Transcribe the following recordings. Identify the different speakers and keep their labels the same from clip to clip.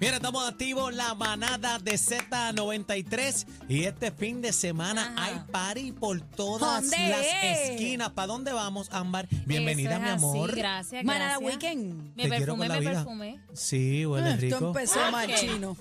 Speaker 1: Mira, estamos activos la manada de Z93 y este fin de semana
Speaker 2: Ajá.
Speaker 1: hay party por todas
Speaker 2: ¿Dónde
Speaker 1: las
Speaker 2: es?
Speaker 1: esquinas. ¿Para dónde vamos, Ámbar? Bienvenida,
Speaker 2: Eso es
Speaker 1: mi
Speaker 2: así,
Speaker 1: amor.
Speaker 2: gracias,
Speaker 3: Manada
Speaker 2: gracias.
Speaker 3: Weekend.
Speaker 2: Me
Speaker 1: Te quiero con
Speaker 2: perfumé,
Speaker 1: la
Speaker 2: me
Speaker 1: vida.
Speaker 2: perfumé.
Speaker 1: Sí, huele
Speaker 3: Esto
Speaker 1: rico.
Speaker 3: empezó
Speaker 2: Ah,
Speaker 3: mal,
Speaker 2: ok.
Speaker 3: chino.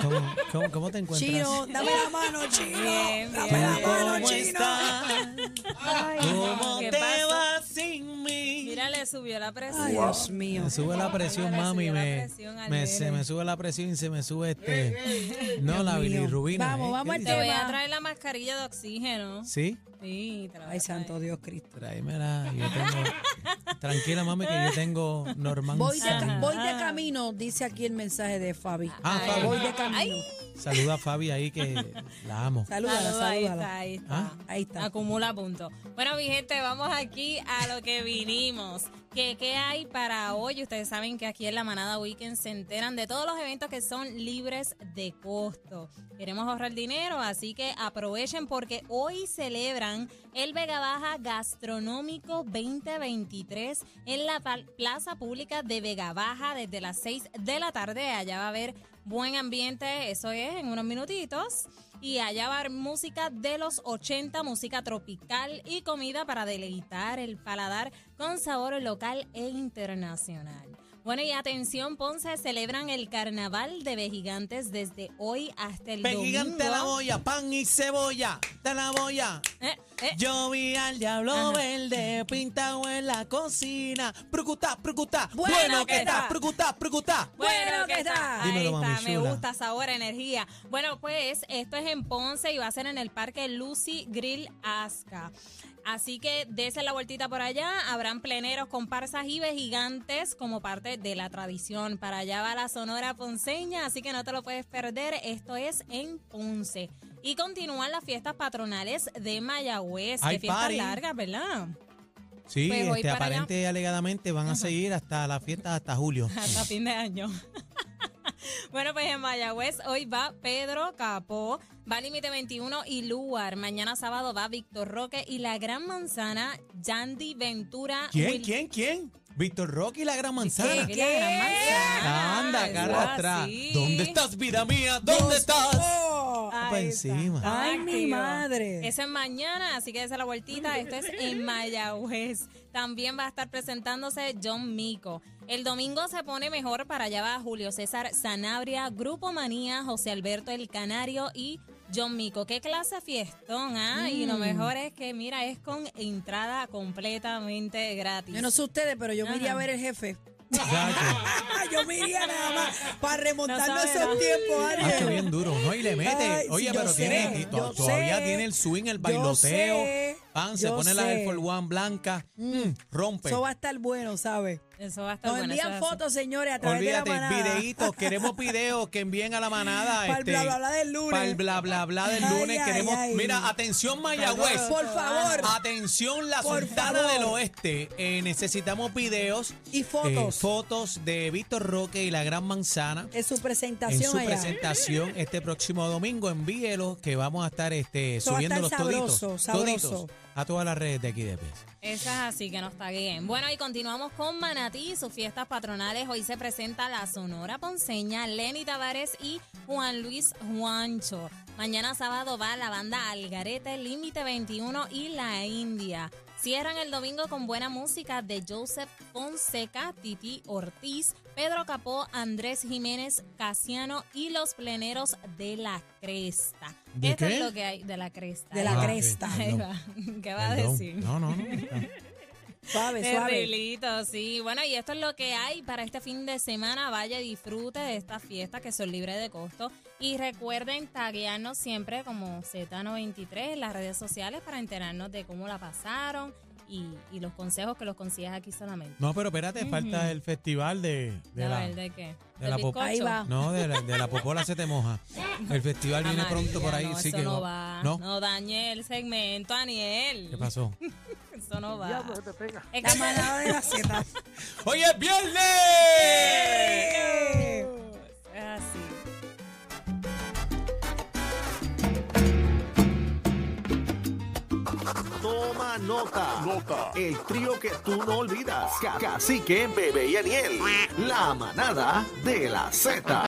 Speaker 1: ¿Cómo, cómo, cómo te encuentras?
Speaker 3: Chino, dame la mano, chino.
Speaker 2: Bien,
Speaker 3: dame
Speaker 2: bien.
Speaker 3: la mano,
Speaker 1: ¿Cómo
Speaker 3: chino.
Speaker 1: estás? ¿Cómo
Speaker 2: ¿qué
Speaker 1: te
Speaker 2: pasó?
Speaker 1: vas sin mí?
Speaker 2: Mira, le subió la presión.
Speaker 3: Ay, Dios mío.
Speaker 1: Me sube la presión,
Speaker 2: Ahora le
Speaker 1: mami.
Speaker 2: subió la
Speaker 1: Me,
Speaker 2: presión al
Speaker 1: me-
Speaker 2: nene.
Speaker 1: se me sube la presión y se me sube este. No,
Speaker 3: Dios
Speaker 1: la
Speaker 3: mío.
Speaker 1: bilirrubina.
Speaker 3: Vamos,
Speaker 1: ¿eh?
Speaker 3: vamos
Speaker 1: ¿Qué
Speaker 3: al
Speaker 2: Te
Speaker 1: dices?
Speaker 2: voy
Speaker 3: tema.
Speaker 2: a traer la mascarilla de oxígeno.
Speaker 1: ¿Sí?
Speaker 2: Sí, te la voy a
Speaker 3: Ay, santo
Speaker 2: traer.
Speaker 3: Dios Cristo.
Speaker 1: Tráemela, yo tengo. tranquila, mami, que yo tengo Norman.
Speaker 3: Voy de,
Speaker 1: Sani.
Speaker 3: ca- voy de camino, dice aquí el mensaje de Fabi.
Speaker 1: Ah,
Speaker 2: Ay,
Speaker 1: Fabi.
Speaker 3: Voy de camino.
Speaker 1: Saluda a Fabi ahí que la amo.
Speaker 3: Salúdala,
Speaker 2: Saluda, ahí está,
Speaker 3: salúdala.
Speaker 2: ahí está.
Speaker 1: Ah.
Speaker 3: Ahí está.
Speaker 2: Acumula puntos. Bueno, mi gente, vamos aquí a lo que vinimos. ¿Qué, ¿Qué hay para hoy? Ustedes saben que aquí en la Manada Weekend se enteran de todos los eventos que son libres de costo. Queremos ahorrar dinero, así que aprovechen porque hoy celebran el Vega Baja Gastronómico 2023 en la pal- Plaza Pública de Vega Baja desde las 6 de la tarde. Allá va a haber buen ambiente, eso es, en unos minutitos. Y allá va a haber música de los 80, música tropical y comida para deleitar el paladar con sabor local e internacional. Bueno, y atención, Ponce, celebran el Carnaval de Vejigantes desde hoy hasta el domingo.
Speaker 1: Gigante la boya, pan y cebolla, te la boya.
Speaker 2: Eh, eh.
Speaker 1: Yo vi al diablo
Speaker 2: Ajá.
Speaker 1: verde pintado en la cocina. Prucutá, prucutá, bueno,
Speaker 3: Bueno
Speaker 1: que
Speaker 3: que
Speaker 1: está,
Speaker 3: está.
Speaker 1: prucutá, prucutá.
Speaker 2: Bueno, que está. Ahí
Speaker 1: Dímelo, mami
Speaker 2: está, me
Speaker 1: chula.
Speaker 2: gusta, sabor, energía. Bueno, pues esto es en Ponce y va a ser en el Parque Lucy Grill Asca. Así que dese la vueltita por allá, habrán pleneros, comparsas y gigantes como parte de la tradición. Para allá va la Sonora Ponceña, así que no te lo puedes perder. Esto es en Ponce. Y continúan las fiestas patronales de Mayagüez.
Speaker 1: Hay
Speaker 2: que fiestas
Speaker 1: party.
Speaker 2: largas, ¿verdad?
Speaker 1: Sí,
Speaker 2: Pues voy
Speaker 1: este,
Speaker 2: para allá.
Speaker 1: aparente y alegadamente van a seguir hasta la fiesta, hasta julio.
Speaker 2: hasta fin de año. bueno, pues en Mayagüez hoy va Pedro Capó, va Límite 21 y Luar. Mañana sábado va Víctor Roque y la Gran Manzana, Yandy Ventura.
Speaker 1: ¿Quién,
Speaker 2: Wil-
Speaker 1: quién, quién? Víctor Rocky y la Gran Manzana.
Speaker 2: Sí, que la Gran Manzana.
Speaker 1: Anda,
Speaker 2: Eso
Speaker 1: cara atrás.
Speaker 2: así.
Speaker 1: ¿Dónde estás, vida mía? ¿Dónde estás?
Speaker 3: Oh,
Speaker 2: Ahí
Speaker 1: Pa'
Speaker 2: está.
Speaker 1: encima.
Speaker 2: Está
Speaker 3: Ay, mi madre.
Speaker 2: Eso es mañana, así que esa es la vueltita. Esto es en Mayagüez. También va a estar presentándose John Mico. El domingo se pone mejor para allá va Julio César Sanabria, Grupo Manía, José Alberto El Canario y John Mico. Qué clase fiestón, ¿ah? Y lo mejor es que, mira, es con entrada completamente gratis.
Speaker 3: Yo no sé ustedes, pero yo me iría a
Speaker 2: Ajá.
Speaker 3: ver el jefe.
Speaker 1: Chacho.
Speaker 3: Ah, yo me iría nada más para remontarme
Speaker 2: No
Speaker 3: a
Speaker 2: sabe,
Speaker 3: esos
Speaker 2: ¿no?
Speaker 3: tiempos,
Speaker 1: Ah, qué
Speaker 3: Ariel.
Speaker 1: bien duro, ¿no? Y le mete.
Speaker 3: Ay, sí,
Speaker 1: Oye,
Speaker 3: yo
Speaker 1: pero tiene,
Speaker 3: sé,
Speaker 1: y to-
Speaker 3: yo
Speaker 1: todavía
Speaker 3: sé,
Speaker 1: tiene el swing, el
Speaker 3: yo
Speaker 1: bailoteo.
Speaker 3: sé,
Speaker 1: pan, se
Speaker 3: yo
Speaker 1: pone la Air
Speaker 3: sé.
Speaker 1: Force One blanca. mm, rompe.
Speaker 3: Eso va a estar bueno, ¿sabes?
Speaker 2: Eso va a estar
Speaker 3: pues. Nos
Speaker 2: bueno,
Speaker 3: envían
Speaker 2: eso es así.
Speaker 3: fotos, señores, a través
Speaker 1: Olvídate,
Speaker 3: de la manada.
Speaker 1: videitos, queremos videos que envíen a la manada.
Speaker 3: Para el
Speaker 1: este,
Speaker 3: bla, bla, bla del lunes.
Speaker 1: Para el bla bla bla del
Speaker 3: Ay,
Speaker 1: lunes.
Speaker 3: ay,
Speaker 1: queremos.
Speaker 3: ay.
Speaker 1: Mira, atención, Mayagüez.
Speaker 3: Por favor.
Speaker 1: Atención, la
Speaker 3: Por
Speaker 1: Sultana
Speaker 3: favor.
Speaker 1: del Oeste. Eh, necesitamos videos.
Speaker 3: Y fotos.
Speaker 1: eh, fotos de Víctor Roque y la Gran Manzana.
Speaker 3: Es su
Speaker 1: en
Speaker 3: presentación
Speaker 1: su
Speaker 3: allá.
Speaker 1: presentación este próximo domingo. Envíelo que vamos a estar este,
Speaker 3: Eso va a
Speaker 1: subiendo los
Speaker 3: estar
Speaker 1: toditos,
Speaker 3: sabroso, sabroso.
Speaker 1: toditos a todas las redes de aquí de PES.
Speaker 2: Eso es así, que nos bien. Bueno, y continuamos con Manatí y sus fiestas patronales. Hoy se presenta la Sonora Ponceña, Lenny Tavares y Juan Luis Juancho. Mañana sábado va la banda Algarete, Límite 21 y La India. Cierran el domingo con buena música de Joseph Fonseca, Titi Ortiz, Pedro Capó, Andrés Jiménez, Casiano y los pleneros de la Cresta.
Speaker 1: ¿De
Speaker 2: Esto
Speaker 1: qué?
Speaker 2: es lo que hay de la Cresta.
Speaker 3: De la
Speaker 1: Ah, ok.
Speaker 3: cresta.
Speaker 2: Ahí va. ¿Qué va a
Speaker 1: Perdón.
Speaker 2: decir?
Speaker 1: No, no, no. está.
Speaker 3: Suave, suave.
Speaker 2: Terriblito, sí. Bueno, y esto es lo que hay para este fin de semana. Vaya y disfrute de estas fiestas que son libres de costo. Y recuerden taguearnos siempre como Z93 en las redes sociales para enterarnos de cómo la pasaron y, y los consejos que los consigues aquí solamente.
Speaker 1: No, pero espérate, falta el festival de, de
Speaker 2: A
Speaker 1: la...
Speaker 2: ver, ¿de qué?
Speaker 1: de la pop-
Speaker 2: bizcocho?
Speaker 3: Ahí va.
Speaker 1: No, de la, de la popola se te moja. El festival viene
Speaker 2: Ah,
Speaker 1: pronto por ahí,
Speaker 2: María, no,
Speaker 1: sí
Speaker 2: eso
Speaker 1: que
Speaker 2: no
Speaker 1: va.
Speaker 2: va.
Speaker 1: ¿No?
Speaker 2: No, dañe el segmento, Aniel.
Speaker 1: ¿Qué pasó?
Speaker 2: Eso no va. Es
Speaker 3: La
Speaker 2: que-
Speaker 3: manada de la Z.
Speaker 1: ¡Hoy es viernes!
Speaker 3: Eh.
Speaker 2: es así.
Speaker 4: Toma nota. Nota. El trío que tú no olvidas. Ca- Cacique, Bebé y Aniel. La manada de la Z.